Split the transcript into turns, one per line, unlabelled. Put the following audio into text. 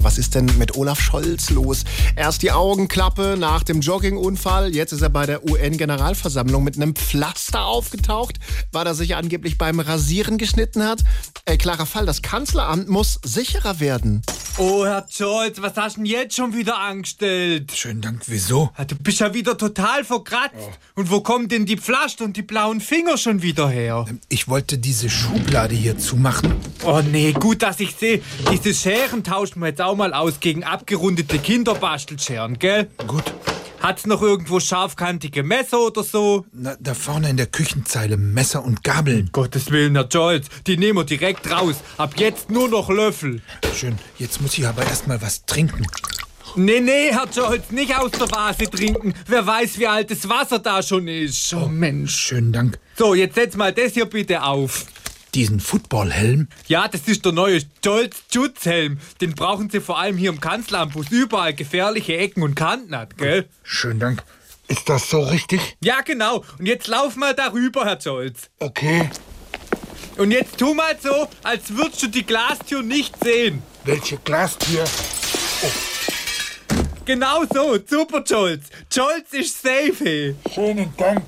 Was ist denn mit Olaf Scholz los? Erst die Augenklappe nach dem Joggingunfall. Jetzt ist er bei der UN-Generalversammlung mit einem Pflaster aufgetaucht, weil er sich angeblich beim Rasieren geschnitten hat. Äh, klarer Fall, das Kanzleramt muss sicherer werden.
Oh, Herr Scholz, was hast du denn jetzt schon wieder angestellt?
Schönen Dank, wieso?
Ah, Du bist ja wieder total verkratzt. Und wo kommen denn die Pflaster und die blauen Finger schon wieder her?
Ich wollte diese Schublade hier zumachen.
Oh nee, gut, dass ich sehe. Diese Scheren tauschen wir jetzt auch mal aus gegen abgerundete Kinderbastelscheren, gell?
Gut.
Hat's noch irgendwo scharfkantige Messer oder so? Um
Na, da vorne in der Küchenzeile Messer und Gabeln.
Gottes Willen, Herr Scholz, die nehmen wir direkt raus. Ab jetzt nur noch Löffel.
Schön. Jetzt muss ich aber erstmal was trinken.
Nee, nee, Herr Scholz, nicht aus der Vase trinken. Wer weiß, wie alt das Wasser da schon ist. Oh Mensch.
Schönen Dank.
So, jetzt setz mal das hier bitte auf.
Diesen Footballhelm.
Ja, das ist der neue Stolz-Schutzhelm. Den brauchen Sie vor allem hier im Kanzleramt, wo es überall gefährliche Ecken und Kanten hat, gell?
Schönen Dank. Ist das so richtig?
Ja, genau. Und jetzt lauf mal darüber, Herr Scholz.
Okay.
Und jetzt tu mal so, als würdest du die Glastür nicht sehen.
Welche Glastür?
Genau so, super, Scholz. Scholz ist safe. hey.
Schönen Dank.